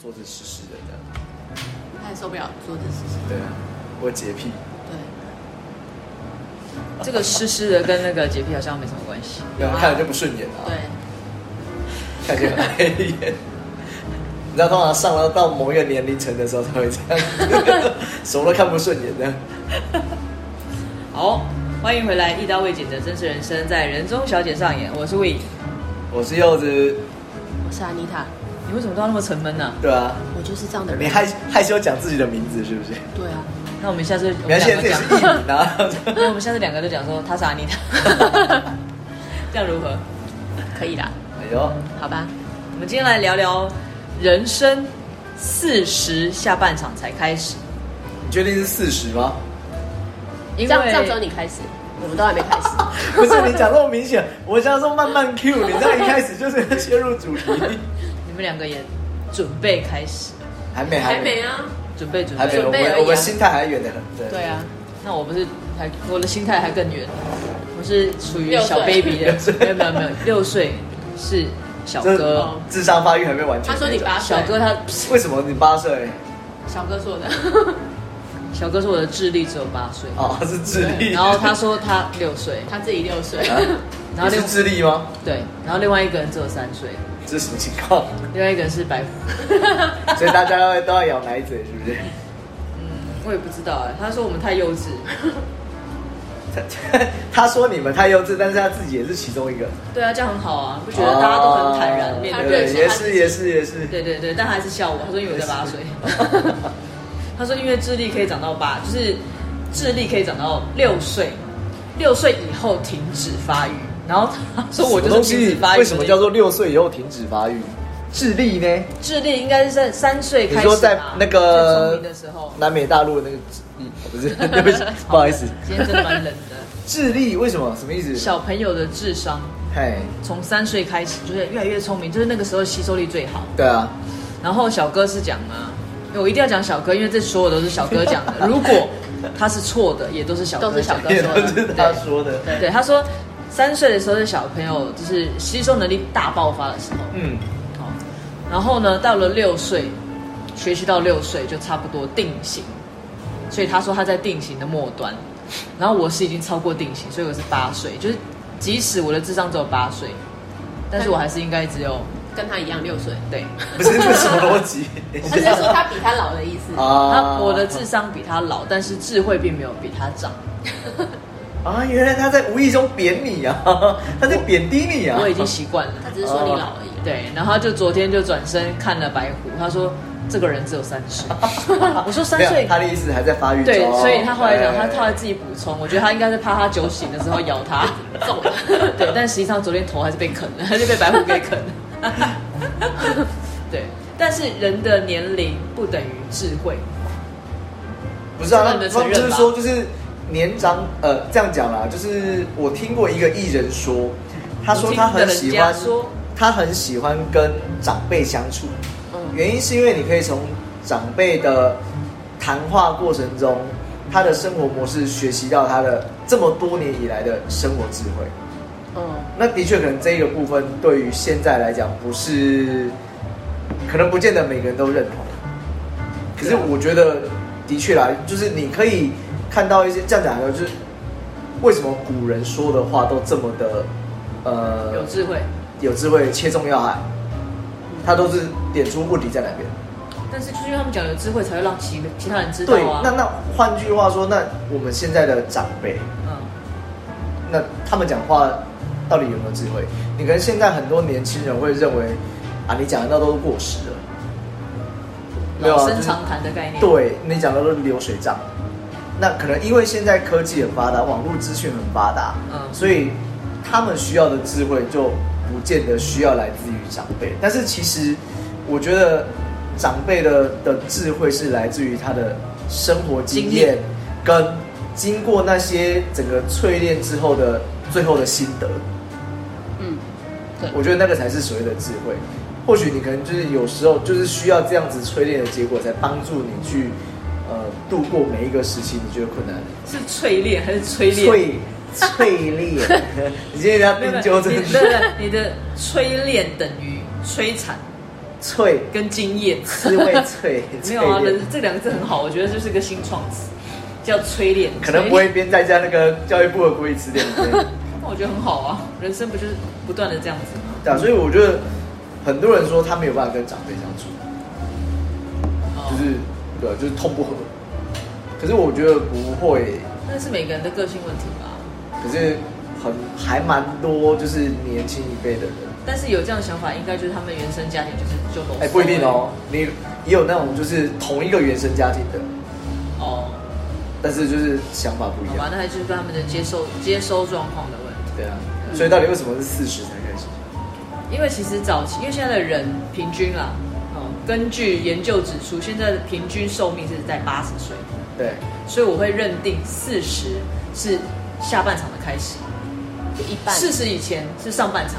做着实实的这样。他也受不了做这事情。对啊，我洁癖，对，这个湿湿的跟那个洁癖好像没什么关系。然后看了就不顺眼啊，对，看就很碍眼。你知道，通常上了到某一个年龄层的时候才会这样，什么都看不顺眼的。好，欢迎回来，《一刀未剪的真实人生》在人中小姐上演，我是魏。我是柚子，我是安妮塔，你为什么都要那么沉闷呢、对啊，我就是这样的人。你害害羞讲自己的名字是不是？对啊，那我们下次我你要们现两在个这也是，艺讲 名啊。那我们下次两个都讲说他是安妮塔， 这样如何？可以啦，哎呦，好吧，我们今天来聊聊人生四十下半场才开始，你确定是四十吗？因这样这样只有你开始，我们都还没开始。不是你讲那么明显，我想说慢慢 Q，你这样一开始就是要切入主题，你们两个也准备开始，还没 还没啊？准备准还没，备我准。备而已啊们我们心态还远得很。对啊，那我不是还我的心态还更远，我是属于六岁小 baby 的 六岁，没有没有没有，六岁是小这哥哦，智商发育还没完全。他说你八岁，小哥他为什么你八岁？小哥说 的，小哥说我的智力只有八岁，哦，是智力。然后他说他六岁，他自己六岁，啊， 然后你另是智力吗？对，然后另外一个人只有三岁，这是什么情 况？另外一个人是白虎，所以大家都要咬奶嘴，是不是？我也不知道哎、他说我们太幼 稚，他 他说你们太幼稚，但是他自己也是其中一个。对啊，这样很好啊，不觉得大家都很坦然面他哦对？对，认识也他自是己也是也是。对对对，但他还是笑我，他说因为我在八岁， 他说因为智力可以长到八，就是智力可以长到六岁，六岁以后停止发育，然后他说我什么就东是停止西发育，为什么叫做六岁以后停止发育？智力呢？智力应该是在三岁你开始吧，啊说在那最聪个明的时候，南美大陆的那个智力，不是， 对 不起，不好意思。今天真的蛮冷 的，智力为什么？什么意思？小朋友的智商。嘿，从三岁开始就是越来越聪明，就是那个时候吸收力最好。对啊，然后小哥是讲啊，我一定要讲小哥，因为这所有都是小哥讲 的。如果他是错的，也都是小哥都是小讲哥的也说都是他说的。对对，他说三岁的时候是小朋友就是吸收能力大爆发的时候，嗯，哦，然后呢，到了六岁，学习到六岁就差不多定型，所以他说他在定型的末端，然后我是已经超过定型，所以我是八岁，就是即使我的智商只有八岁，但是我还是应该只有跟他一样六岁，对，不是这什么逻辑？他是在说他比他老的意思。他啊我的智商比他老，但是智慧并没有比他长，啊，原来他在无意中贬你啊，他在贬低你啊。我已 经习惯了。他只是说你老而已。对，然后他就昨天就转身看了白虎，他说这个人只有三 岁，我说三没岁有，他的意思还在发育中。对，所以他后来讲，他对后来自己补充，我觉得他应该是怕他酒醒的时候咬 他中了对，但实际上昨天头还是被啃了，他就被白虎给啃了。对，但是人的年龄不等于智慧，不是啊，他这个们你能承认就是吧说，就是年长，呃，这样讲啦，就是我听过一个艺人说，他说他很喜我听人欢家说，他很喜欢跟长辈相处，嗯，哦原因是因为你可以从长辈的谈话过程中，他的生活模式学习到他的这么多年以来的生活智慧。嗯，那的确，可能这一个部分对于现在来讲，不是，可能不见得每个人都认同。可是我觉得，的确啦，就是你可以看到一些这样讲的，就是为什么古人说的话都这么的，呃，有智慧，有智慧，切中要害，他都是点出问题在哪边。但是就是因为他们讲有智慧，才会让其其他人知道对啊，。那那换句话说，那我们现在的长辈，嗯，那他们讲话到底有没有智慧？你可能现在很多年轻人会认为啊，你讲的那都是过时了，没有啊老生就是常谈的概念。对你讲的都是流水账。那可能因为现在科技很发达，网络资讯很发达，嗯所以他们需要的智慧就不见得需要来自于长辈。但是其实我觉得长辈的的智慧是来自于他的生活经验经历跟经过那些整个淬炼之后的最后的心得。嗯，我觉得那个才是所谓的智慧。或许你可能就是有时候就是需要这样子淬炼的结果，才帮助你去呃度过每一个时期你觉得困难的是淬炼还是催炼？淬淬 炼。你今天要没有没定有纠你正对对，你的淬炼等于摧残，脆，跟经验。滋味脆 ，没有啊，淬炼人这两个字很好，我觉得就是个新创词，叫催恋。可能不会编在在那个教育部的国语词典 里面。那我觉得很好啊，人生不就是不断的这样子吗？对啊，所以我觉得很多人说他没有办法跟长辈相处，就哦，是对啊，就是痛不合。可是我觉得不会，那是每个人的个性问题吧。可是很还蛮多，就是年轻一辈的人，但是有这样的想法，应该就是他们原生家庭就是就都哎、不一定哦。你也有那种就是同一个原生家庭的，哦，但是就是想法不好一吧样，，那还就是跟他们的接受接收状况的问题。对啊。嗯所以到底为什么是四十才开始？因为其实早期，因为现在的人平均啦，哦，根据研究指出，现在的平均寿命是在八十岁，对，所以我会认定四十是下半场的开始，就一半四十以前是上半场，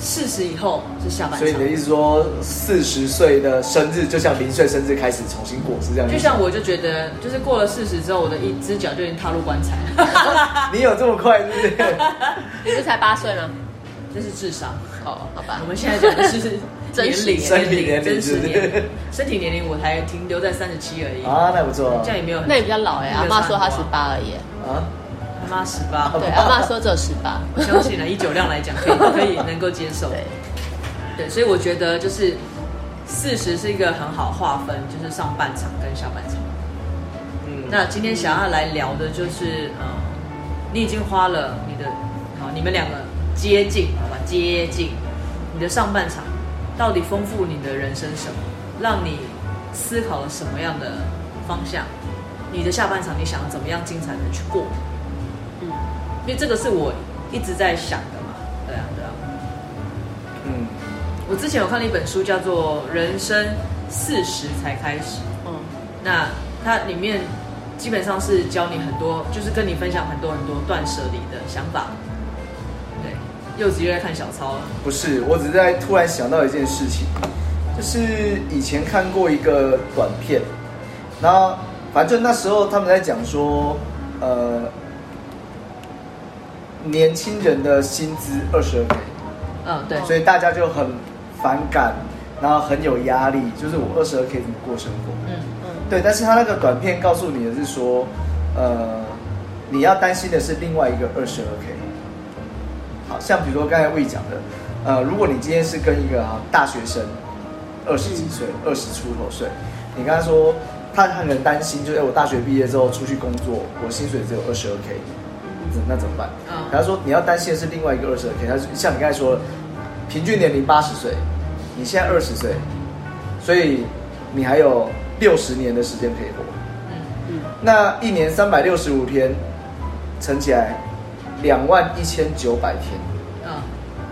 四十以后是下半所以你场的。意思说，四十岁的生日就像零岁生日开始重新过，是这样的就意思？像我就觉得，就是过了四十之后，我的一只脚就已经踏入棺材了， 你有这么快，是不 是？不是才八岁吗？这是智商。哦，好吧我，们现在讲的是真年龄、实 身体年龄真实是不是 年龄、身体年龄，我还停留在三十七而已，啊，那不错这样也没有很。那你比较老哎，阿妈说她十八而已，啊。他妈十八，哦对，阿妈说只有十八，我相信了，啊以酒量来讲，可以可以能够接受。 对，对，所以我觉得就是四十是一个很好划分，就是上半场跟下半场。嗯，那今天想要来聊的就是，呃，你已经花了你的，好，你们两个接近，好吧，接近你的上半场，到底丰富你的人生什么，让你思考了什么样的方向？你的下半场你想要怎么样精彩的去过？嗯，因为这个是我一直在想的嘛，对啊，对啊。嗯，我之前有看了一本书，叫做《人生四十才开始》，嗯，那它里面基本上是教你很多，就是跟你分享很多很多断舍离的想法。对，柚子又在看小抄了。不是，我只是在突然想到一件事情，就是以前看过一个短片，然后反正那时候他们在讲说，呃，年轻人的薪资二十二 k，嗯，对，所以大家就很反感，然后很有压力，就是我二十二 k 怎么过生活？嗯，嗯，对，但是他那个短片告诉你的是说，呃，你要担心的是另外一个二十二 k。好像比如说刚才魏讲的，呃，如果你今天是跟一个啊大学生，二十几岁、二十出头岁，你跟他说，他他可能担心，就是、哎我大学毕业之后出去工作，我薪水只有二十二 k，那怎么办？嗯他说你要担心的是另外一个二十二 k，他说像你刚才说的，平均年龄八十岁，你现在二十岁，所以你还有六十年的时间可以活。嗯，那一年三百六十五天，乘起来两万一千九百天，嗯，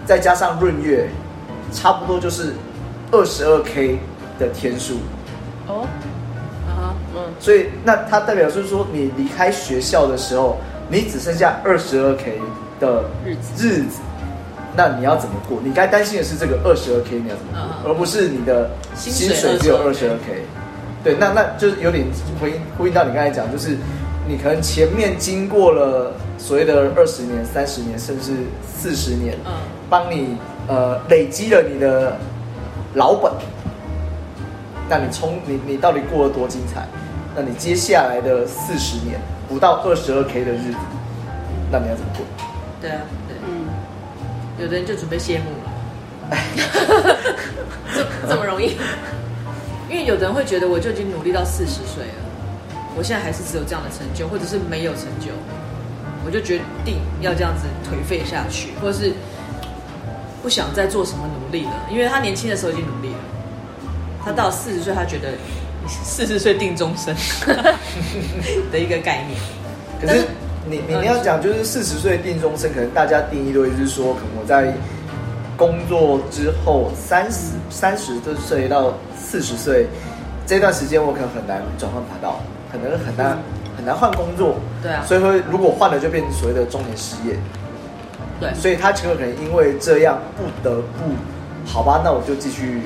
再加上闰月，差不多就是二十二 K 的天数。哦，啊哈，嗯，所以，那它代表就是说，你离开学校的时候，你只剩下二十二 K 的日子日子。那你要怎么过？你该担心的是这个二十二 K 你要怎么嗯过，嗯而不是你的薪薪水水只有二十二 22K K。对，那那就是有点回应呼应到你刚才讲，就是你可能前面经过了所谓的二十年、三十年，甚至四十年，嗯，帮你呃累积了你的老本，那你冲你你到底过得多精彩？那你接下来的四十年不到二十二 K 的日子，那你要怎么过？对啊，嗯，对，有的人就准备谢幕了。这这么 容易？因为有的人会觉得我就已经努力到四十岁了，我现在还是只有这样的成就，或者是没有成就，我就决定要这样子颓废下去，或者是不想再做什么努力了，因为他年轻的时候已经努力了，他到四十岁，他觉得四十岁定终身 的一个概念。可但是是你嗯你你要讲就是四十岁定终身，可能大家定义都会是说，可能我在工作之后三十三十岁到四十岁这段时间，我可能很难转换跑道，可能很难、很难换工作。嗯对啊所以会如果换了就变成所谓的中年失业，对，所以他极有可能因为这样不得不，好吧，那我就继续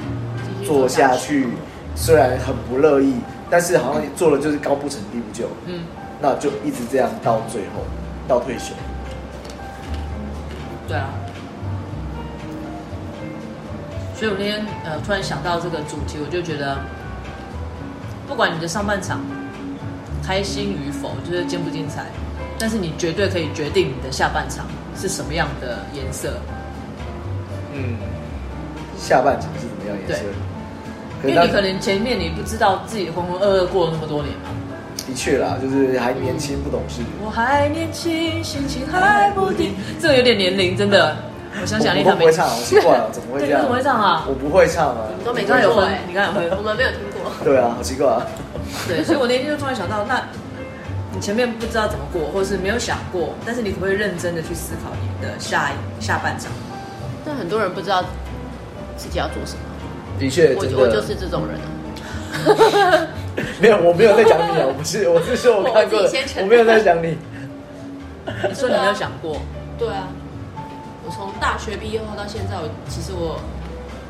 继续做做下下去，虽然很不乐意，但是好像做了就是高不成低不就。嗯，那就一直这样到最后，到退休。对啊。所以我那天呃突然想到这个主题，我就觉得，不管你的上半场开心与否，就是精不精彩，但是你绝对可以决定你的下半场是什么样的颜色。嗯，下半场是怎么样颜色对？可因是当为你可能前面你不知道自己浑浑噩噩过了那么多年嘛，的确啦，就是还年轻不懂事。我还年轻，心情还不 定，这个有点年龄，真的。我想想，我你我还不没会唱， 好奇怪哦，怎么会对这你样？怎么会唱啊我不会唱啊，你都没你刚才有过分哎，你刚才有分我们没有听过。对啊，好奇怪啊。对，所以我那天就突然想到，那你前面不知道怎么过，或者是没有想过，但是你可不可以认真的去思考你的下一下半场？但很多人不知道自己要做什么，的确，我真的我就是这种人啊。没有，我没有在讲 你啊，我不是，我是说我看过我我的自己先，承我认没有在讲你。你说你没有想过，对啊，我从大学毕业后到现在，我其实我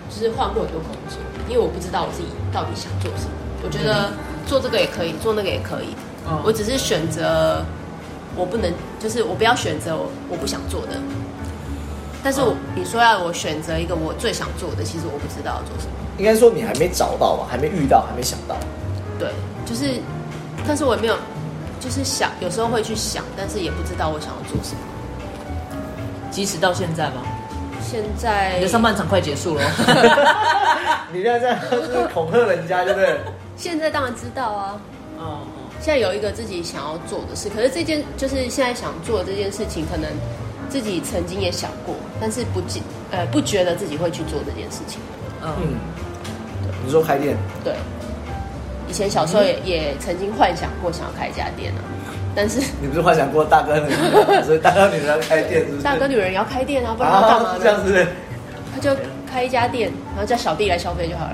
就是换过很多工作，因为我不知道我自己到底想做什么。我觉得嗯做这个也可以，做那个也可以。嗯我我只是选择我不能，就是我不要选择我我不想做的。但是我、嗯你说要我选择一个我最想做的，其实我不知道要做什么。应该说你还没找到啊吧，还没遇到，还没想到。对，就是，但是我也没有，就是想有时候会去想，但是也不知道我想要做什么。即使到现在吗？现在你的上半场快结束了，你现在这 样就是恐吓人家，对不对？现在当然知道啊， 哦，现在有一个自己想要做的事，可是这件就是现在想做的这件事情，可能自己曾经也想过，但是不记呃不觉得自己会去做这件事情。嗯，嗯，你说开店，对，以前小时嗯候也,、也曾经幻想过想要开一家店啊，但是你不是幻想过大哥女人，所以大哥女人要开店，是不是？大哥女人也要开店啊，不然要干嘛啊，呢？这样子，他就开一家店，然后叫小弟来消费就好了。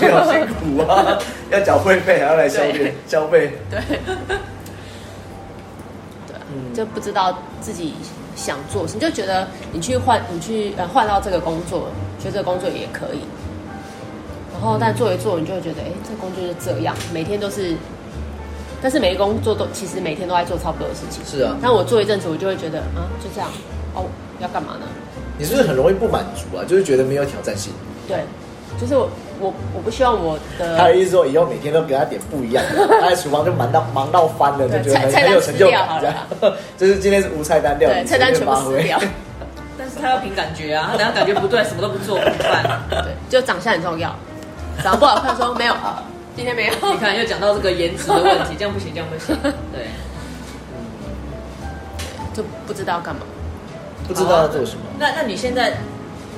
你好辛苦啊，要缴会费，还要来消费对消费。对，对啊，嗯就不知道自己想做什么，就觉得你去换，你去呃换到这个工作，觉得这个工作也可以。嗯然后，但做一做，你就会觉得，哎，这工作就这样，每天都是，但是每个工作都其实每天都在做差不多的事情。是啊但我做一阵子，我就会觉得，啊，就这样，哦，要干嘛呢？你是不是很容易不满足啊？就是觉得没有挑战性。对，就是我，我我不希望我的他的意思说，以后每天都给他点不一样的，他在厨房就忙到忙到翻了，就对觉得很菜很有成就菜单感。撕 这掉样，就是今天是无菜单料理，对菜单随全便部发撕挥掉。但是他要凭感觉啊，他等下感觉不对，什么都不做怎么办？ 对，就长相很重要，长得不好看说没有，哦今天没有。你看又讲到这个颜值的问题，这样不行，这样不行，对，就不知道干嘛。 不知道要做什么。那那你现在，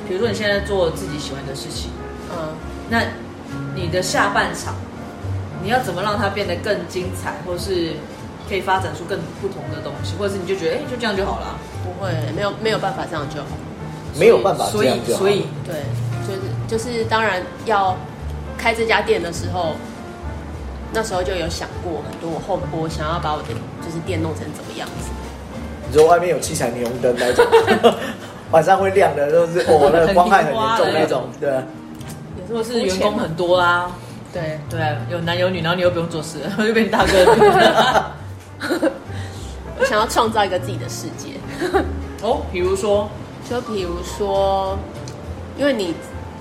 比如说你现在做自己喜欢的事情，嗯，那你的下半场，你要怎么让它变得更精彩，或是可以发展出更不同的东西，或者是你就觉得哎、就这样就好了？不会，没有没有办法这样就好。没有办法所这以样就好所以对，就是就是，当然要开这家店的时候，那时候就有想过很多，我后我想要把我的就是店弄成怎么样子。你说外面有七彩霓虹灯那 种，晚上会亮的，就是哦，那个光害很严重那种，对啊，有或者是员工很多啊，对，对啊，有男有女，然后你又不用做事， 然后又变成大哥。 我想要创造一个自己的世界。哦，比如说，就比如说，因为你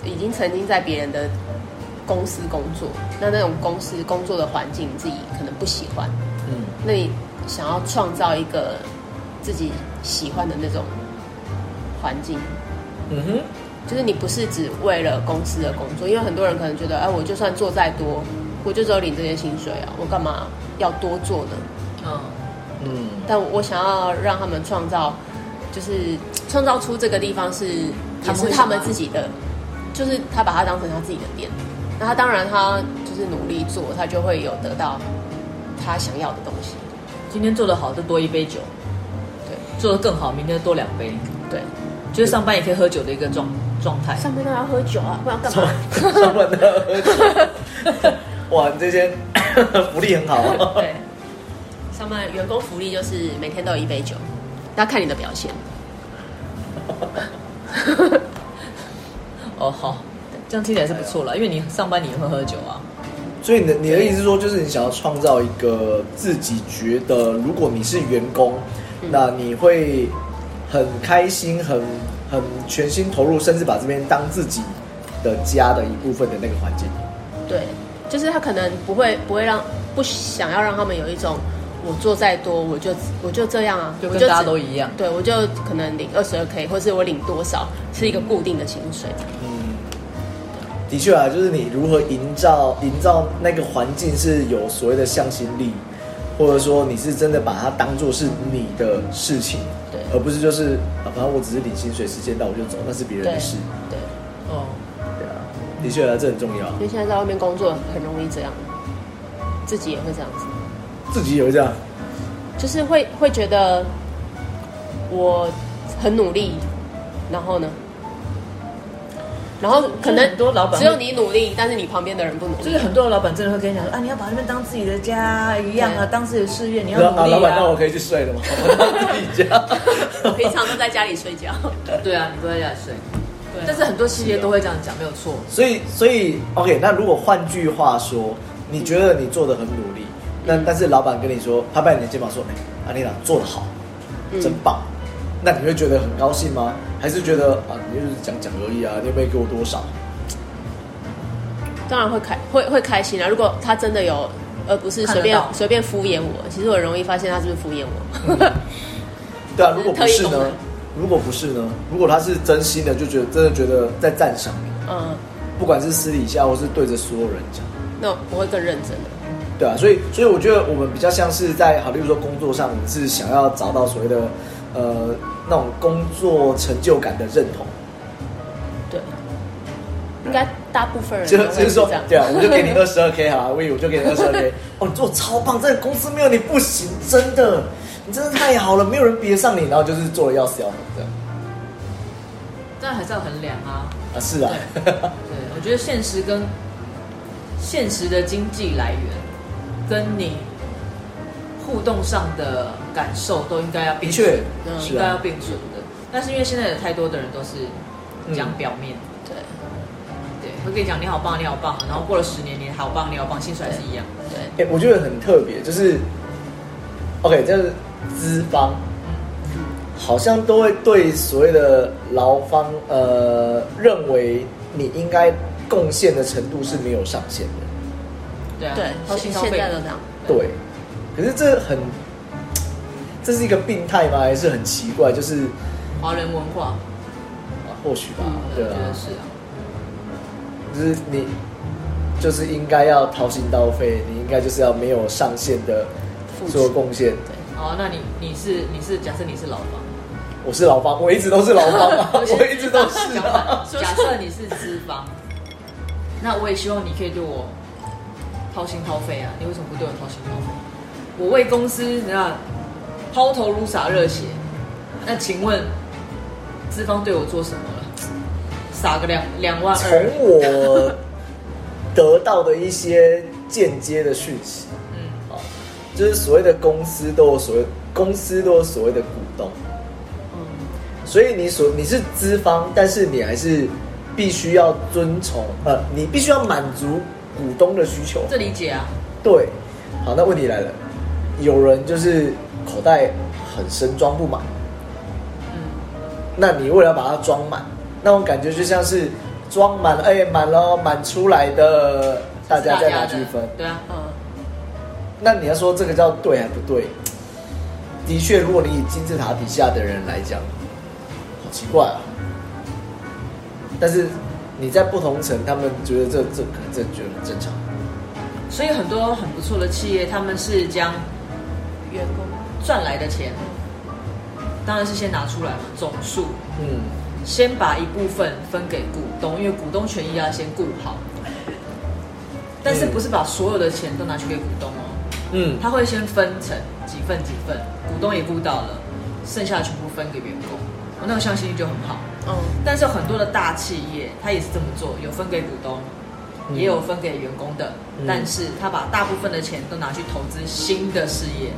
已经曾经在别人的公司工作，那那种公司工作的环境你自己可能不喜欢，嗯，那你想要创造一个自己喜欢的那种环境，嗯哼，就是你不是只为了公司的工作，因为很多人可能觉得，哎，我就算做再多，我就只有领这些薪水啊，我干嘛要多做呢？嗯，嗯，但我想要让他们创造，就是创造出这个地方是也他们是会他们自己的，就是他把它当成他自己的店。那他当然他就是努力做，他就会有得到他想要的东西。今天做得好就多一杯酒，对，做得更好，明天就多两杯，对，就是上班也可以喝酒的一个状状态。上班当然要喝酒啊，不然干嘛？ 上班的喝酒，哇，你这些 福利很好哦，对，上班员工福利就是每天都有一杯酒，那看你的表现。哦，好，这样听起来是不错了，因为你上班你也会喝酒啊。 所以你的你的意思是说，就是你想要创造一个自己觉得，如果你是员工，那你会很开心，很很全心投入，甚至把这边当自己的家的一部分的那个环境。对，就是他可能不会不会让不想要让他们有一种我做再多我就我就这样啊，就我跟大家只都一样对我就可能领二十二 k，或是我领多少是一个固定的薪水。嗯，的确啊，就是你如何营造营造那个环境是有所谓的向心力，或者说你是真的把它当做是你的事情，对而不是就是啊，反正我只是领薪水，时间到我就走，那是别人的对事，对，哦，对啊，的确啊，这很重要，因为现在在外面工作很容易这样，自己也会这样子，自己有这样，就是会会觉得我很努力，然后呢？然后可就是能很多老板会只有你努力，但是你旁边的人不努力。 就是很多的老板真的会跟你讲说啊，你要把那边当自己的家一样啊，对当自己的事业，你要然努力后啊，老板，那我以。可以去睡了吗？我到 自己家，平常都在家里睡觉。对啊，你不在家里睡，对但是很多企业都会这样讲，没有错。 所以，所以，OK，那如果换句话说，你觉得你做的很努力，那嗯但是老板跟你说，拍拍你的肩膀说，哎、阿丽娜做的好，嗯真棒，那你会觉得很高兴吗？还是觉得啊，你就是讲讲而已啊，你又没给我多少？当然会开会会开心啊！如果他真的有，而不是看随得便到随便敷衍我，其实我容易发现他是不是敷衍我。对啊，如果不是特意懂呢得？如果不是呢？如果他是真心的，就觉得真的觉得在赞赏你， 嗯，不管是私底下或是对着所有人讲。那我会更认真的。对啊，所以所以我觉得我们比较像是在好，例如说工作上，我们是想要找到所谓的呃那种工作成就感的认同，对，应该大部分人就都是就会是这说样，。对啊，我就给你二十二 k 好啦，啊我以为我就给你二十二 k，哦，你做得超棒，这个公司没有你不行，真的，你真的太好了，没有人比得上你，然后就是做的要死要活这样但还是要衡量啊。啊，是啊， 对，我觉得现实跟现实的经济来源，跟你互动上的感受都应该要的并确存，嗯是应该要啊，并存的。但是因为现在有太多的人都是讲表面，对对，会跟你讲你好棒，你好棒，然后过了十年你好棒，你好棒，薪水还是一样。对，哎、我觉得很特别，就是 OK，这是资方好像都会对所谓的劳方呃认为你应该贡献的程度是没有上限的，对啊，对掏心现掏现肺在。都这样。对。可是这很，这是一个病态吗？还是很奇怪？就是华人文化，啊或许吧，我觉对得啊，是啊。就是你就是应该要掏心掏肺，你应该就是要没有上限的付出做贡献。哦，那你你是你是假设你是老方，我是劳方，我一直都是劳方 啊， 我一直都是讲啊。 反假设你是资方，那我也希望你可以对我掏心掏肺啊！你为什么不对我掏心掏肺？我为公司那抛头颅洒热血，那请问资方对我做什么了？撒个两两万从二，我得到的一些间接的讯息嗯，啊，就是所谓的公司都有所谓，公司都有所谓的股东，所以你所你是资方，但是你还是必须要遵从呃，你必须要满足股东的需求。这理解啊，对，好，那问题来了，有人就是口袋很深装不满，嗯，那你为了把它装满，那种感觉就像是装满，哎、满了，满出来的，大家再拿去分的。对啊，嗯，那你要说这个叫对还不对？的确，如果你以金字塔底下的人来讲，好奇怪啊。但是你在不同层，他们觉得这这可能这觉得很正常。所以很多很不错的企业，他们是将员工赚来的钱，当然是先拿出来嘛，总数。嗯，先把一部分分给股东，因为股东权益要先顾好。但是不是把所有的钱都拿去给股东哦？嗯，他会先分成几份几份，股东也顾到了，剩下的全部分给员工。我那个向心力就很好。嗯但是有很多的大企业，他也是这么做，有分给股东，嗯也有分给员工的，嗯但是他把大部分的钱都拿去投资新的事业。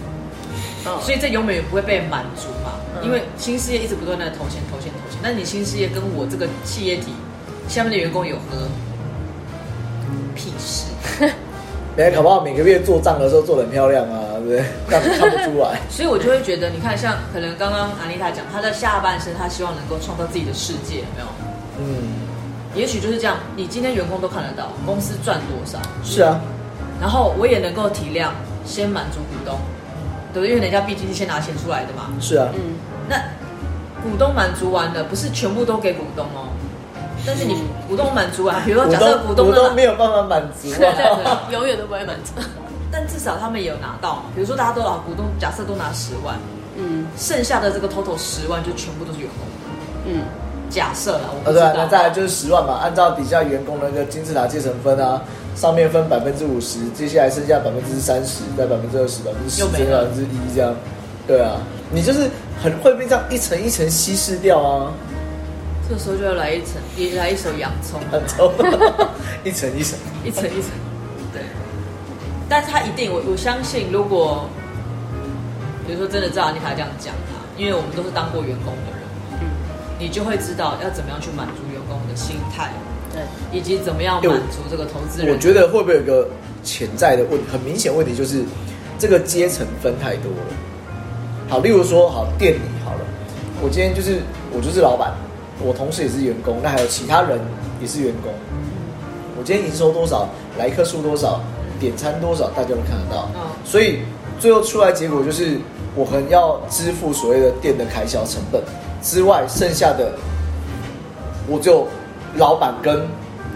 嗯，所以这永远也不会被满足嘛，嗯因为新事业一直不断的投钱、投钱、投钱。那你新事业跟我这个企业体下面的员工有何屁事？人哎家搞不好每个月做账的时候做的很漂亮啊，对不对？但看不出来。所以我就会觉得，你看，像可能刚刚安妮塔讲，她在下半生，她希望能够创造自己的世界，有没有？嗯，也许就是这样，你今天员工都看得到公司赚多少，是啊，然后我也能够体谅，先满足股东，对不对？因为人家毕竟是先拿钱出来的嘛。是啊，嗯，那股东满足完了，不是全部都给股东哦，但是你股东满足 完，比如说股假设东股东股的东没有办法满足对对啊，对永远都不会满足。但至少他们也有拿到嘛。比如说大家都拿股东，假设都拿十万， 嗯剩下的这个 total 十万就全部都是员工。嗯，假设啦，我啊不知对道。啊，那再来就是十万嘛，按照底下员工的那个金字塔阶层分啊，上面分百分之五十，接下来剩下百分之三十，再百分之二十，百分之十，又再没百了分之一这样，对啊，你就是很会被这样一层一层稀释掉啊，这时候就要来一层，也来一首洋葱，很臭， 一层一层，一层一层，对。但是他一定，我我相信，如果比如说真的照妮卡这样讲他，因为我们都是当过员工的人，嗯嗯，你就会知道要怎么样去满足员工的心态，对，以及怎么样哎满我足这个投资人。我觉得会不会有个潜在的问，很明显问题就是这个阶层分太多了。好，例如说，好店里好了，我今天就是我就是老板，我同事也是员工，那还有其他人也是员工。我今天营收多少，来客数多少，点餐多少，大家都看得到。嗯所以最后出来结果就是，我很要支付所谓的店的开销成本之外，剩下的我就老板跟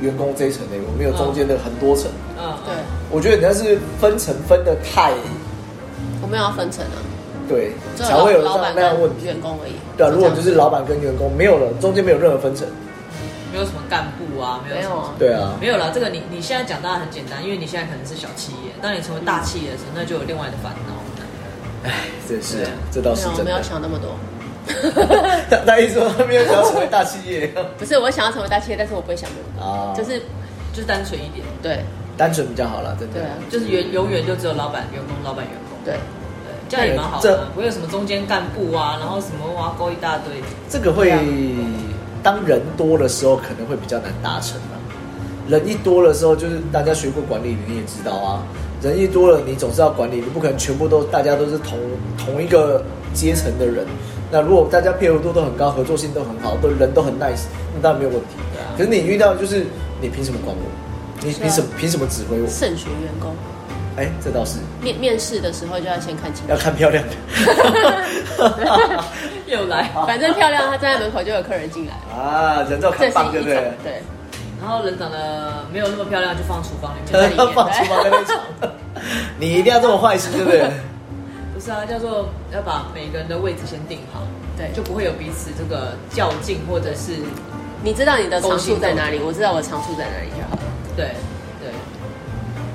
员工这一层的，我没有中间的很多层。嗯，对，我觉得你要是分层分的太我们要分层啊，对，只才有会有老那板那样问跟题。员工而已。对啊，如果就这是样老板跟员工没有了，中间没有任何分层。没有什么干部啊，没有没什有么啊，对啊，没有啦，这个你你现在讲当然很简单，因为你现在可能是小企业，当你成为大企业的时候，那就有另外的烦恼。唉，这哎是对啊这倒哎没是有，我真们要的。想那么多。他 他一说他没有想要成为大企业不是，我想要成为大企业，但是我不会想那么啊，多， 就是就是单纯一点，对单纯比较好了，真的。对啊，就是远永远就只有老板、员工、老板、员工，对，对，这样也蛮好这的，不会有什么中间干部啊，然后什么挖沟一大堆。这个会对啊当人多的时候可能会比较难达成啊。人一多的时候，就是大家学过管理，你也知道啊。人一多了，你总是要管理，你不可能全部都大家都是同同一个阶层的人。那如果大家配合度都很高，合作性都很好，都人都很 nice，那当然没有问题。对啊可是你遇到就是你凭什么管我？你是啊凭什么凭什么指挥我？慎选员工。哎，这倒是面面试的时候就要先看清楚要，看漂 亮 的又来，反正漂亮，她站在门口就有客人进来，啊，人造这看是棒，对一不种对？对，然后人长得没有那么漂亮，就放厨房里面，在里面放厨房在那边藏， 你一定要这么坏心，对不对？不是啊，叫做要把每个人的位置先定好，对就不会有彼此这个较劲或者是你知道你的长处在哪里，我知道我长处在哪里就好了。对对，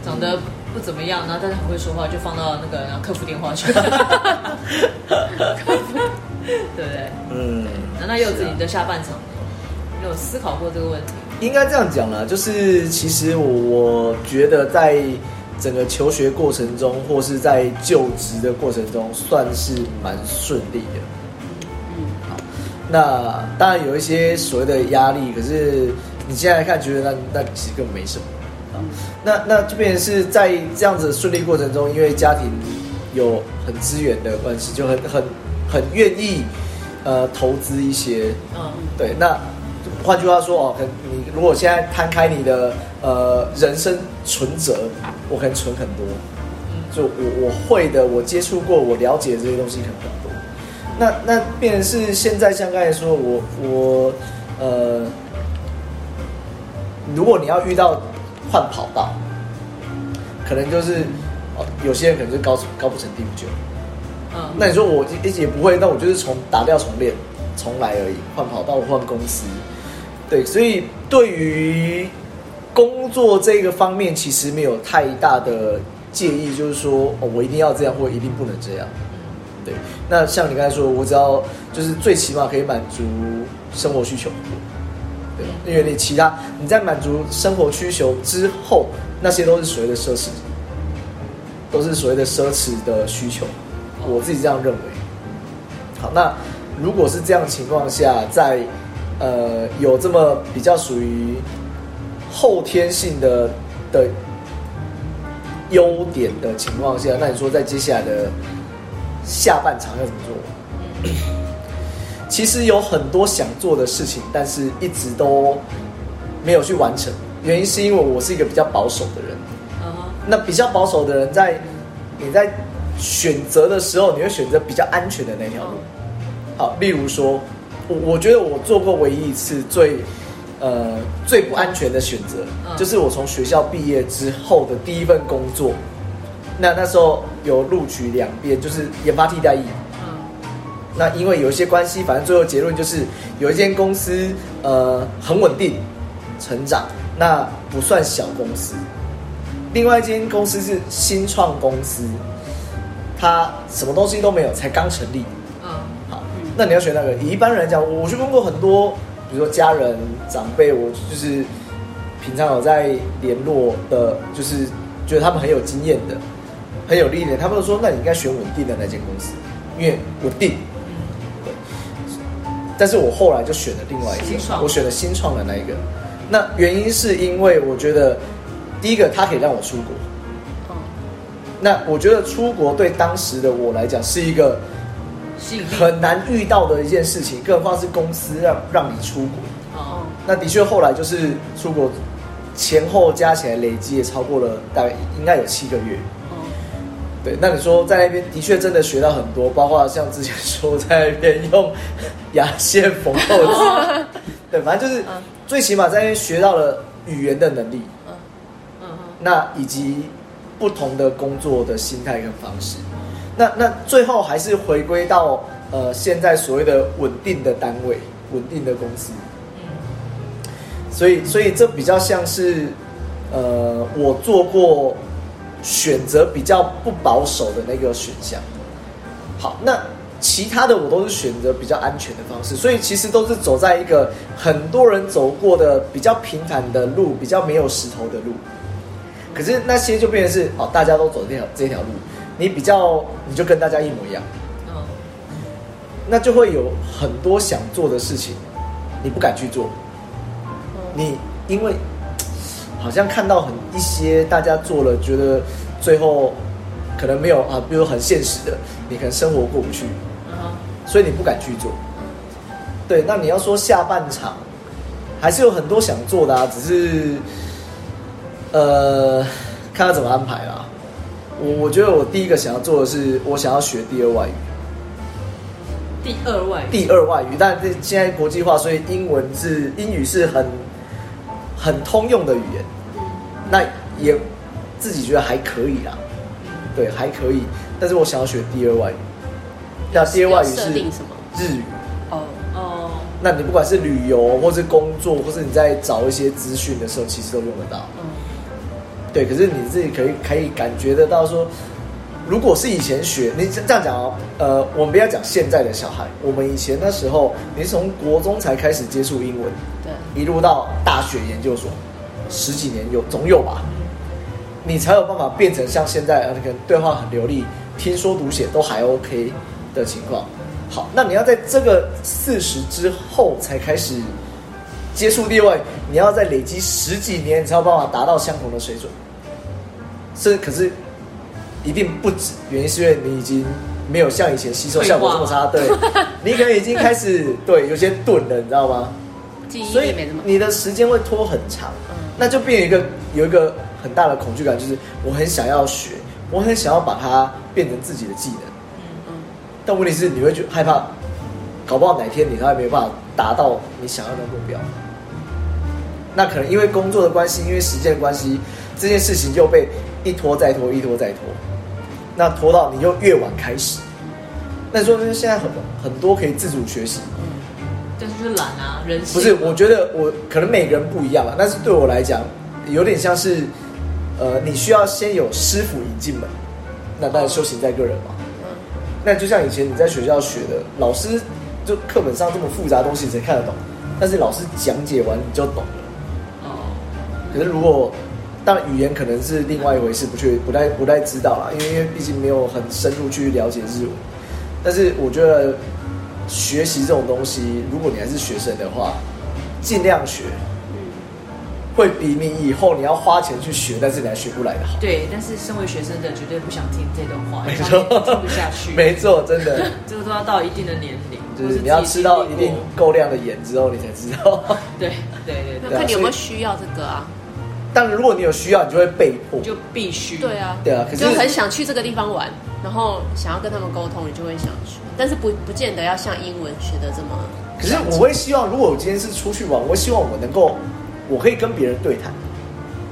长得不怎么样，然后但是很会说话，就放到那个客服电话去，对不对？ 嗯，那那又有自是己啊的下半场呢？你有思考过这个问题？应该这样讲啦，就是其实我我觉得在整个求学过程中，或是在就职的过程中，算是蛮顺利的。嗯，那当然有一些所谓的压力，可是你现在来看，觉得那那其实根本没什么。啊那那这边是在这样子的顺利过程中，因为家庭有很资源的关系，就很很很愿意呃投资一些。嗯，对，那换句话说哦，可能你如果现在摊开你的呃人生存折，我可能存很多。就我我会的，我接触过，我了解这些东西可能很多。那那变成是现在像刚才说，我我呃，如果你要遇到换跑道，可能就是哦有些人可能就高高不成低不就。嗯，那你说我一直也不会，那我就是从打掉重练，重来而已，换跑道，换公司。对，所以对于工作这个方面，其实没有太大的介意，就是说、哦、我一定要这样，或一定不能这样。对，那像你刚才说，我只要就是最起码可以满足生活需求，对，因为你其他你在满足生活需求之后，那些都是所谓的奢侈，都是所谓的奢侈的需求，我自己这样认为。好，那如果是这样的情况下，在呃有这么比较属于后天性的的优点的情况下，那你说在接下来的下半场要怎么做？ 其实有很多想做的事情，但是一直都没有去完成，原因是因为我是一个比较保守的人。嗯哼那比较保守的人在你在选择的时候，你会选择比较安全的那条路。好，例如说，我我觉得我做过唯一一次最呃最不安全的选择，嗯就是我从学校毕业之后的第一份工作。那那时候有录取两边，就是研发替代役。嗯那因为有一些关系，反正最后结论就是有一间公司呃很稳定成长，那不算小公司。另外一间公司是新创公司，它什么东西都没有，才刚成立。嗯好嗯，那你要选哪个？以一般人来讲，我我去问过很多，比如说家人、长辈，我就是平常有在联络的，就是觉得他们很有经验的，很有历练，他们都说，那你应该选稳定的那间公司，因为稳定。对。但是我后来就选了另外一新个，创我选了新创的那一个。那原因是因为我觉得，第一个它可以让我出国，那我觉得出国对当时的我来讲是一个吸引力很难遇到的一件事情，更何况是公司让让你出国。哦那的确后来就是出国前后加起来累积也超过了大概应该有七个月。对，那你说在那边的确真的学到很多，包括像之前说在那边用牙线缝扣子， 对，反正就是最起码在那边学到了语言的能力，嗯哼那以及不同的工作的心态跟方式。那那最后还是回归到呃现在所谓的稳定的单位、稳定的公司，嗯所以所以这比较像是呃我做过选择比较不保守的那个选项。好，那其他的我都是选择比较安全的方式，所以其实都是走在一个很多人走过的比较平坦的路，比较没有石头的路。可是那些就变成是哦，大家都走这条这条路，你比较你就跟大家一模一样，嗯那就会有很多想做的事情，你不敢去做，你因为好像看到很一些大家做了，觉得最后可能没有啊，比如很现实的，你可能生活过不去，嗯哼所以你不敢去做。对，那你要说下半场还是有很多想做的啊，只是呃，看他怎么安排啦。我我觉得我第一个想要做的是，我想要学第二外语。第二外语第二外语，但是现在国际化，所以英文是英语是很很通用的语言。嗯那也自己觉得还可以啦，对，还可以。但是我想要学第二外语，那第二外语有是设定什么日语。哦，哦那你不管是旅游，或是工作，或是你在找一些资讯的时候，其实都用得到。嗯对，可是你自己可以可以感觉得到说，如果是以前学，你这这样讲哦，呃，我们不要讲现在的小孩，我们以前那时候，你是从国中才开始接触英文，对，一路到大学研究所，十几年有总有吧，你才有办法变成像现在呃，可能对话很流利，听说读写都还 OK 的情况。好，那你要在这个四十之后才开始接触另外，你要再累积十几年，你才有办法达到相同的水准。这可是一定不止，原因是因为你已经没有像以前吸收效果这么差，对，你可能已经开始对有些钝了，你知道吗？记忆所以力没那么你的时间会拖很长，嗯那就变有一个有一个很大的恐惧感，就是我很想要学，我很想要把它变成自己的技能，嗯但问题是你会觉得害怕，搞不好哪天你还没办法达到你想要的目标，那可能因为工作的关系，因为时间的关系，这件事情就被一拖再拖，一拖再拖，那拖到你又越晚开始。那你说呢现在很很多可以自主学习，但是就是懒啊，人性不是，我觉得我可能每个人不一样吧，但是对我来讲，有点像是，呃，你需要先有师傅引进门，那当然修行在个人嘛。那就像以前你在学校学的，老师就课本上这么复杂的东西谁看得懂？但是老师讲解完你就懂了。哦可是如果当然语言可能是另外一回事，不确不太不太知道啦，因为因为毕竟没有很深入去了解日文。但是我觉得学习这种东西，如果你还是学生的话，尽量学，会比你以后你要花钱去学，但是你还学不来的好。对，但是身为学生的绝对不想听这段话，没因为他错们听不下 去，没错，真的， 这个都要到一定的年龄，就是或自己你要吃到一经历定过够量的盐之后，你才知道。 对对对对，要看你有没有需要这个啊。但如果你有需要，你就会被迫你。就必须对啊，对啊可是就很想去这个地方玩，然后想要跟他们沟通，你就会想去，但是不不见得要像英文学的这么。可是我会希望，如果我今天是出去玩，我会希望我能够，我可以跟别人对谈。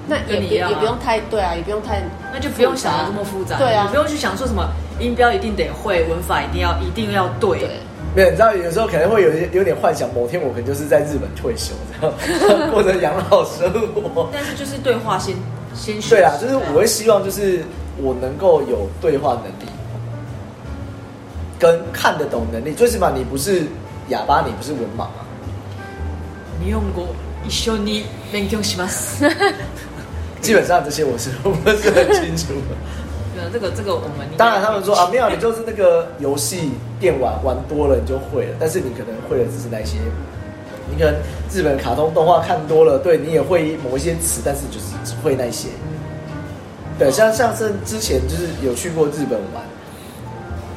那也跟你一别、样啊也不用太对啊，也不用太那就不用想的这么复杂，对啊你不用去想说什么音标一定得会，文法一定要一定要对，对。没有，你知道，有时候可能会有一有点幻想，某天我可能就是在日本退休，这样 过着养老生活。但是就是对话先先学习对啊，就是我会希望，就是我能够有对话能力，跟看得懂能力。最起码你不是哑巴，你不是文盲啊。你用过一緒に勉強します。 基本上这些我是 我不是很清楚的。对啊，这个这个我们当然，他们说啊，没有，你就是那个游戏电玩玩多了你就会了，但是你可能会的只是那些，你可能日本卡通动画看多了，对你也会某一些词，但是就是只会那些。对，像像是之前就是有去过日本玩，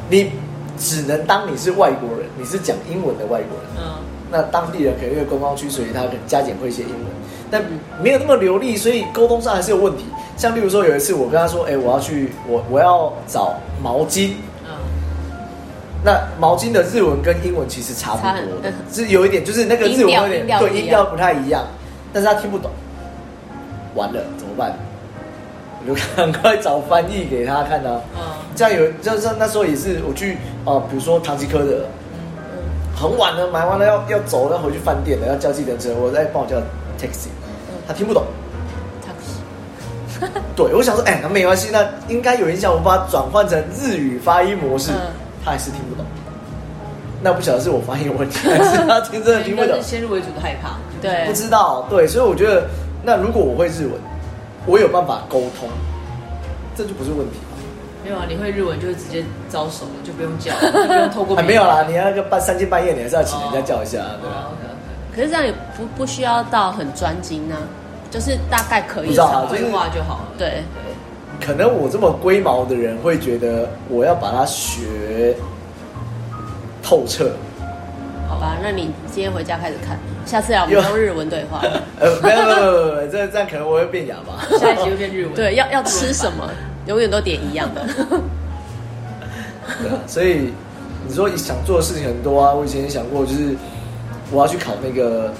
你只能当你是外国人，你是讲英文的外国人，嗯，那当地人可能因为观光区，所以他可能加减会一些英文，但没有那么流利，所以沟通上还是有问题。像例如说有一次我跟他说，哎、我要去，我我要找毛巾。嗯，那毛巾的日文跟英文其实差不差很多的嗯，是有一点就是那个日文有点音调音调不对一样音调不太一样，但是他听不懂，完了怎么办？我就赶快找翻译给他看啊。嗯这样有，就是那时候也是我去哦、呃比如说唐吉诃德，嗯很晚了，买完了要要走了，要回去饭店了，要叫计程车，我在帮我叫 taxi，他嗯听不懂。 taxi 对，我想说，哎、那没关系，那应该有影响，我把它转换成日语发音模式，嗯他还是听不懂。那不晓得是我发音有问 题，还是他听真的听不应懂该是，先入为主的害怕，对不，知道。对，所以我觉得，那如果我会日文，我有办法沟通，这就不是问题。没有啊，你会日文就是直接招手了，就 不用叫，就不用透过还别哎没人有啦，你那个半三更半夜，你还是要请人家叫一下，对吧？哦，OK，OK 可是这样也不不需要到很专精啊，就是大概可不以知道啊会话就好了，对，可能我这么龟毛的人会觉得我要把它学透彻，好吧，那你今天回家开始看，下次要我有们用日文对 话。呃，没有没有没有没有，这这样可能我会变哑巴。 下一集又变日文，对，要要吃什么，永远都点一 样的。对啊所以你说想做的事情很多啊，我以前也想过，就是我要去考那个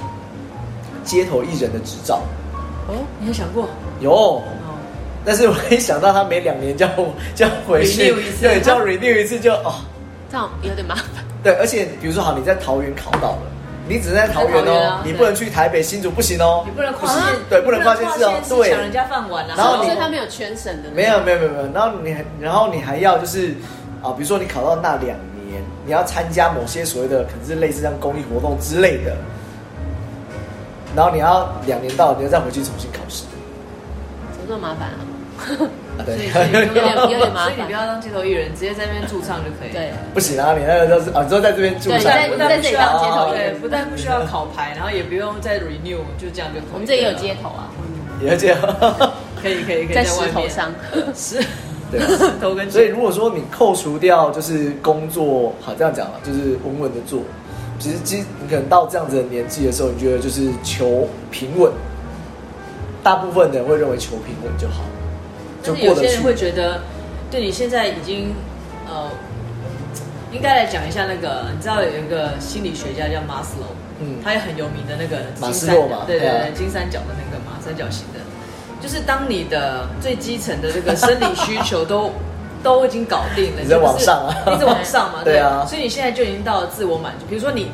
街头艺人的执照，哦，你有想过？有。哦，但是我一想到他每两年 叫我叫我回去 Renew 一，次对，叫 renew 一次就哦，这样有点麻烦。对，而且比如说好，你在桃园考到了，你只能在桃园在桃园哦啊，你对不能去台北、新竹，不行哦，你不能跨啊是啊县，对，不能跨县市哦，市对抢，人家饭碗啊，然后你所以他没有全省的，没有没有没有没有，然后你还然后你还要就是啊，比如说你考到那两年，你要参加某些所谓的可能是类似像公益活动之类的，然后你要两年到，你要再回去重新考试怎么那么麻 烦啊？啊，所以对所以，你不要有点有点麻烦所以你不要当街头艺人，直接在那边驻唱就可以。对， 不行啊，你那个就是啊，你说在这边住对不上但在不我但在不这需里要当街头艺对，人不但不需要考牌，然后也不用再 renew，就这样就可以。我们这也有街，头啊，也要这样， 可以可以可以在外石面头上，石对啊。 头跟所以如果说你扣除掉就是工作，好这样讲了，就是稳稳的做，其实其实你可能到这样子的年纪的时候，你觉得就是求平稳，大部分的人会认为求平稳就好，就但是过有得些人会去。觉得，对你现在已经呃，应该来讲一下那个，你知道有一个心理学家叫马斯洛，嗯他也很有名的那个马金斯三洛嘛对对对啊对，金三角的那个嘛，三角形的，就是当你的最基层的这个生理需求 都都已经搞定了，你在就不是往上啊一直往上 嘛，对啊所以你现在就已经到了自我满足，比如说你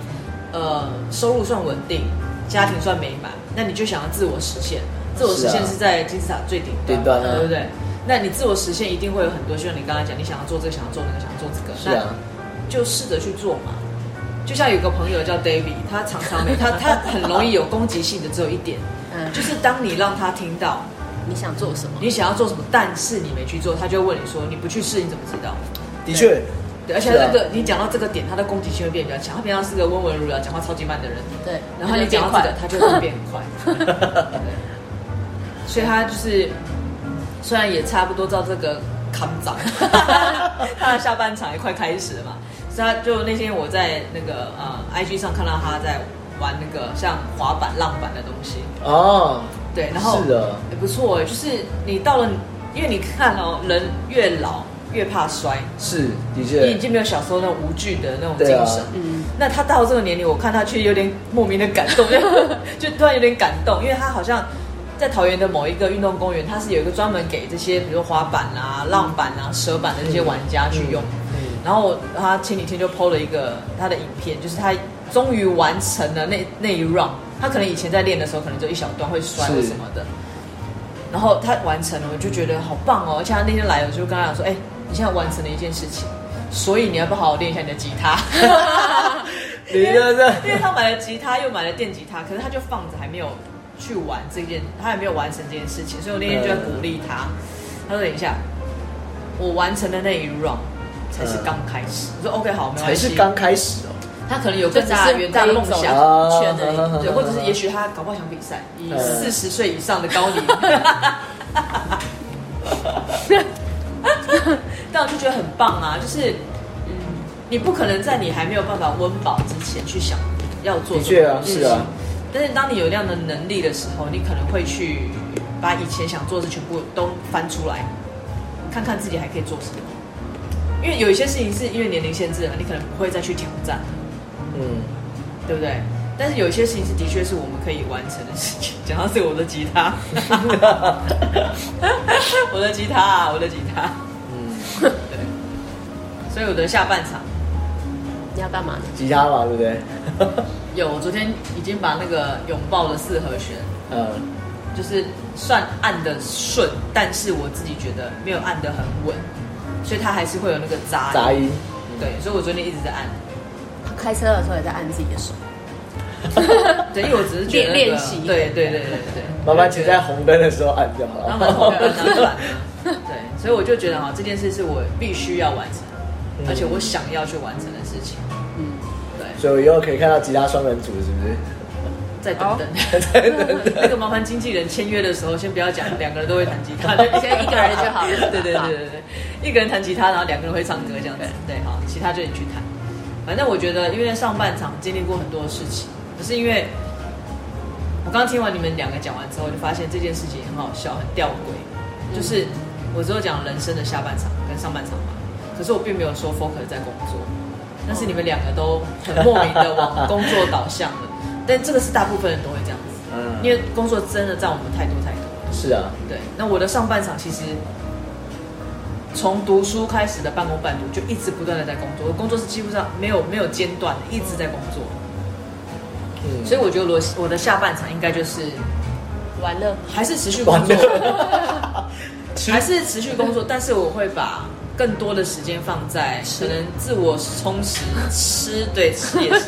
呃收入算稳定，家庭算美满，那你就想要自我实现，自我实现是啊是在金字塔最顶顶端啊对不对？那你自我实现一定会有很多，就像你刚才讲，你想要做这个，想要做那个，想要做这个，是啊，那就试着去做嘛。就像有个朋友叫 David，他常常没他他很容易有攻击性的只有一点， 嗯，就是当你让他听到你想做什么？你想要做什么，但是你没去做，他就会问你说你不去试你怎么知道？的确，对，而且是啊这个、你讲到这个点，他的攻击性会变比较强。他平常是个温文儒雅、讲话超级慢的人，对，然后你讲到这个，他就会变快。所以他就是虽然也差不多到这个康长，他的下半场也快开始了嘛，所以他就那天我在那个呃 IG 上看到他在玩那个像滑板、浪板的东西。哦，对，哎然后是的，也不错哎，就是你到了，因为你看哦，人越老越怕摔，是的你已确，经没有小时候那种无惧的那种精对啊神。嗯，那他到这个年龄，我看他却有点莫名的感动， 就就突然有点感动，因为他好像在桃园的某一个运动公园，它是有一个专门给这些，比如说滑板啊、浪板啊、蛇板的这些玩家去用。嗯，然后他前几天就 PO 了一个他的影片，就是他终于完成了那那一 round。他可能以前在练的时候，可能就一小段会摔或是什么的。然后他完成了，我就觉得好棒哦！而且他那天来，我就跟他讲说：“哎、你现在完成了一件事情，所以你要不要好好练一下你的吉他？” 你这是因为他买了吉他，又买了电吉他，可是他就放着，还没有去玩这件，他还没有完成这件事情，所以我那天就在鼓励他。嗯他说：“等一下，我完成的那一 round 才是刚开始。我说：“OK，好，嗯没才关系。”是刚开始哦，他可能有更大远大的梦想，啊圈而已啊对，或者是也许他搞不好想比赛，以嗯四十岁以上的高龄，但我就觉得很棒啊，就是嗯，你不可能在你还没有办法温饱之前去想要做的什确啊，么东西是啊，但是当你有那样的能力的时候，你可能会去把以前想做的事全部都翻出来，看看自己还可以做什么。因为有一些事情是因为年龄限制啊了，你可能不会再去挑战，嗯，对不对？但是有一些事情是的确是我们可以完成的事情。讲到这个，我的吉他， 我的吉他啊，我的吉他，嗯，对。所以我的下半场你要干嘛呢？吉他嘛，对不对？ 有，我昨天已经把那个拥抱的四和弦嗯，就是算按的顺，但是我自己觉得没有按的很稳，所以它还是会有那个杂音。杂音，对，所以我昨天一直在 按。他开车的时候也在按自己的 手，对，因为我只是觉得那 个练练习对对对对对。麻烦请在红灯的时候按就好然后我就觉得当了然。 对，所以我就觉得哈，这件事是我必须要完成，嗯而且我想要去完成的事情。嗯，对，所以我以后可以看到吉他双人组，是不是？再等等， 再等等哦那个麻烦经纪人签约的时候，先不要讲两个人都会弹吉他， 对现在一个人就好了 对对对对对，一个人弹吉他，然后两个人会唱歌这样子。对，好，其他就你去弹。反正我觉得，因为上半场经历过很多事情，可是因为我刚听完你们两个讲完之后，就发现这件事情很好笑，很吊诡，就是我只有讲人生的下半场跟上半场嘛，可是我并没有说 focus 在工作，但是你们两个都很莫名的往工作导向了，但这个是大部分人都会这样子。因嗯，为工作真的占我们太多太多了。是啊，对，那我的上半场其实从读书开始的半工半读，就一直不断的在工作，我工作是几乎上没有没有间断的，一直在工作。嗯，所以我觉得我的我的下半场应该就是完了，还是持续工完作，了，其还实是持续工作，但是我会把。更多的时间放在可能自我充实、 吃对吃也是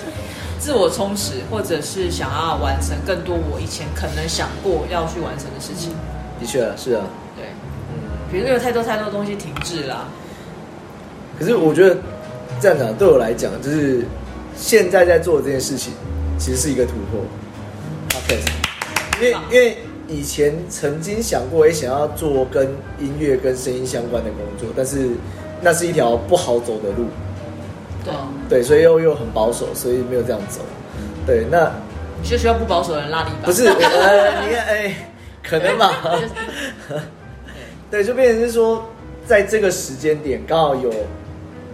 自我充实，或者是想要完成更多我以前可能想过要去完成的事情。的确啊是啊，对，嗯，比如说有太多太多东西停滞啦，可是我觉得站长对我来讲，就是现在在做的这件事情，其实是一个突破。Podcast，因为因为以前曾经想过，也哎想要做跟音乐跟声音相关的工作，但是那是一条不好走的路。对，对，所以又又很保守，所以没有这样走。对，那你就需要不保守的人拉你吧。不 是，呃，你看，哎、可能吧。对，就变成是说，在这个时间点刚好有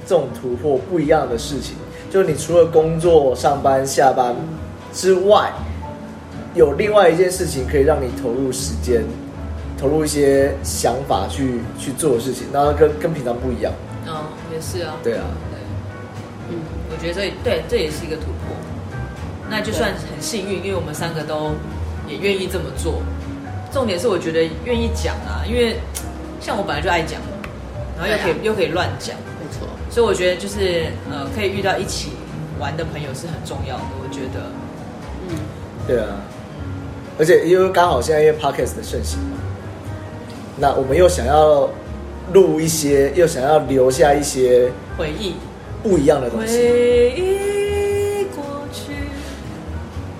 这种突破不一样的事情，就是你除了工作、上班、下班之外，有另外一件事情可以让你投入时间，投入一些想法去去做的事情，然后跟跟平常不一样。嗯，也是啊。对啊，对，嗯，我觉得这对这也是一个突破。那就算很幸运，因为我们三个都也愿意这么做。重点是我觉得愿意讲啊，因为像我本来就爱讲，然后又可以、对啊又可以乱讲，没错，所以我觉得就是呃，可以遇到一起玩的朋友是很重要的。我觉得，嗯，对啊，而且因为刚好现在因为 podcast 的盛行嘛，那我们又想要录一些，又想要留下一些回忆不一样的东西。回忆过去，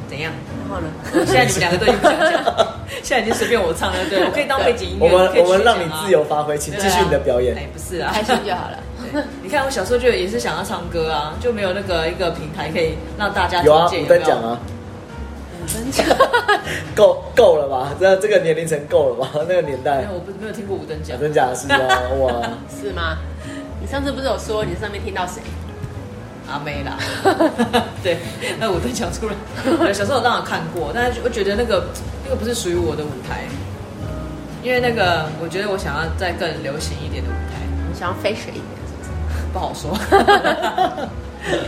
怎样？然后呢？ 现在你们两个都已经不想讲，现在已经随便我唱了，对我可以当背景音乐，我们可以我们去让讲你啊自由发挥，请对啊继续你的表演哎。，不是啊， 开心就好了。对你看我小时候就也是想要唱歌啊，就没有那个一个平台可以让大家有啊，听见五等没有奖啊，灯奖， 够够了吧？这这个年龄层够了吧？ 那个年代没有，，我不没有听过五等奖讲，真假的是吗？啊哇，是吗？你上次不是有说你在上面听到谁？阿妹啊啦， 对，那五等奖出来，对小时候我当然看过，但是我觉得那个那个不是属于我的舞台，因为那个我觉得我想要再更流行一点的舞台。你想要飞水一点是不是？不好说。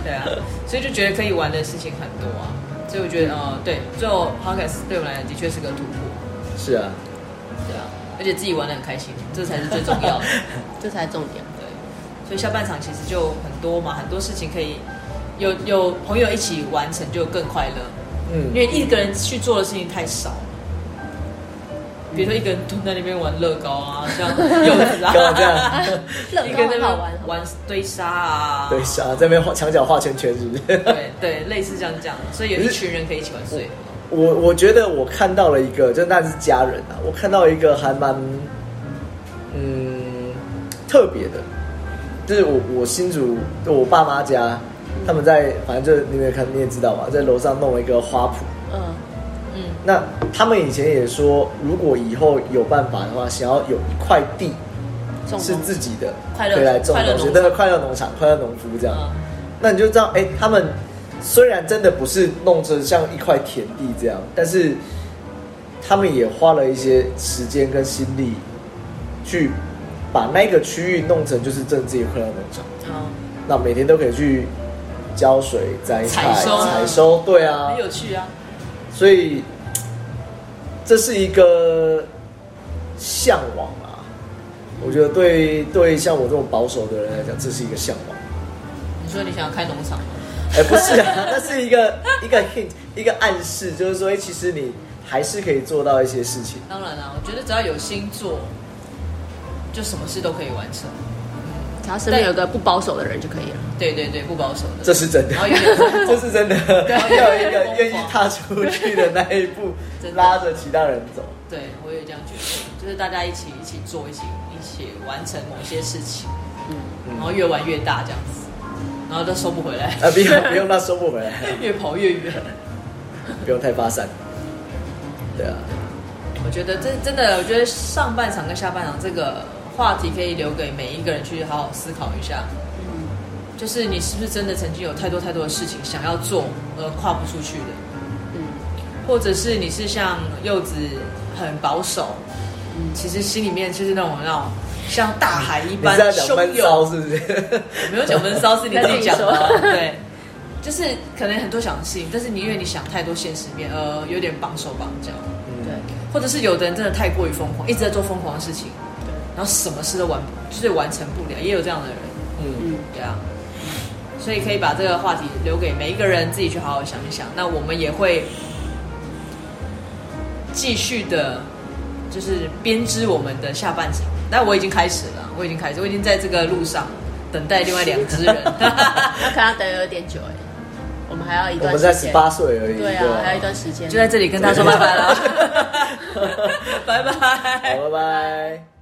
对啊，所以就觉得可以玩的事情很多啊，所以我觉得呃，对，最后 podcast 对我来讲的确是个突破，是啊，对啊，而且自己玩的很开心，这才是最重要的。这才重点。对，所以下半场其实就很多嘛，很多事情可以有有朋友一起完成就更快乐，因嗯，为一个人去做的事情太少了。比如说一个人蹲在那边玩乐高啊，像柚子啊，干嘛这样 乐 一高个人在很那好边玩，哦玩堆沙啊，对，是啊，在那边画墙角画圈圈是不是？对对，类似这样这样，所以有一群人可以一起玩水。我我觉得我看到了一个，就那是家人啊，我看到一个还蛮，嗯，特别的，就是我我新竹我爸妈家，他们在反正就你们也看你也知道嘛，在楼上弄了一个花圃。嗯，嗯，那他们以前也说，如果以后有办法的话，想要有一块地重是点自己的，快乐可以来种快乐东西，农那场个快乐农场、快乐农夫这样。嗯那你就知道，哎、他们虽然真的不是弄成像一块田地这样，但是他们也花了一些时间跟心力去把那个区域弄成就是政治快乐农场。嗯，那每天都可以去浇水、摘菜、采收采收，对啊，很有趣啊。所以这是一个向往啊。我觉得对对，像我这种保守的人来讲，这是一个向往。你说你想要开农场吗？哎、不是啊，那是一个一个 hint，一个暗示，就是说，哎、其实你还是可以做到一些事情。当然啊，我觉得只要有心做，就什么事都可以完成。只要身边有个不保守的人就可以了。对对对，不保守的。这是真的然，哦后有点疯这是真的，对要有一个愿意踏出去的那一 步真，的拉着其他人走。对我也这样觉得，就是大家一起一起做，一起一起完成某些事情，嗯然后越玩越大这样子，然后都收不回来，啊，不用不用，那收不回来， 越跑越远。不用太发散。对啊，我觉得真真的，我觉得上半场跟下半场这个话题可以留给每一个人去好好思考一下。嗯就是你是不是真的曾经有太多太多的事情想要做而跨不出去的，嗯，或者是你是像柚子很保守，嗯其实心里面就是那种那种像大海一你般是要讲汹闷骚涌。是不是？我没有讲闷骚，是你自己讲的那哦。自己说对，就是可能很多想的事情，但是你因为你想太多现实面，呃，有点绑手绑脚。 嗯对，或者是有的人真的太过于疯狂，一直在做疯狂的事情，然后什么事都完不，就是完成不了，也有这样的人，嗯，嗯，对啊。所以可以把这个话题留给每一个人自己去好好想一想。那我们也会继续的，就是编织我们的下半场。那我已经开始了，我已经开始，我已经在这个路上等待另外两只人。 那可能要等有点久哎，我们还要一我段们时才间。十八岁而已，对啊，还有一段时间。 就在这里跟大家说拜拜了，拜拜。好，拜拜。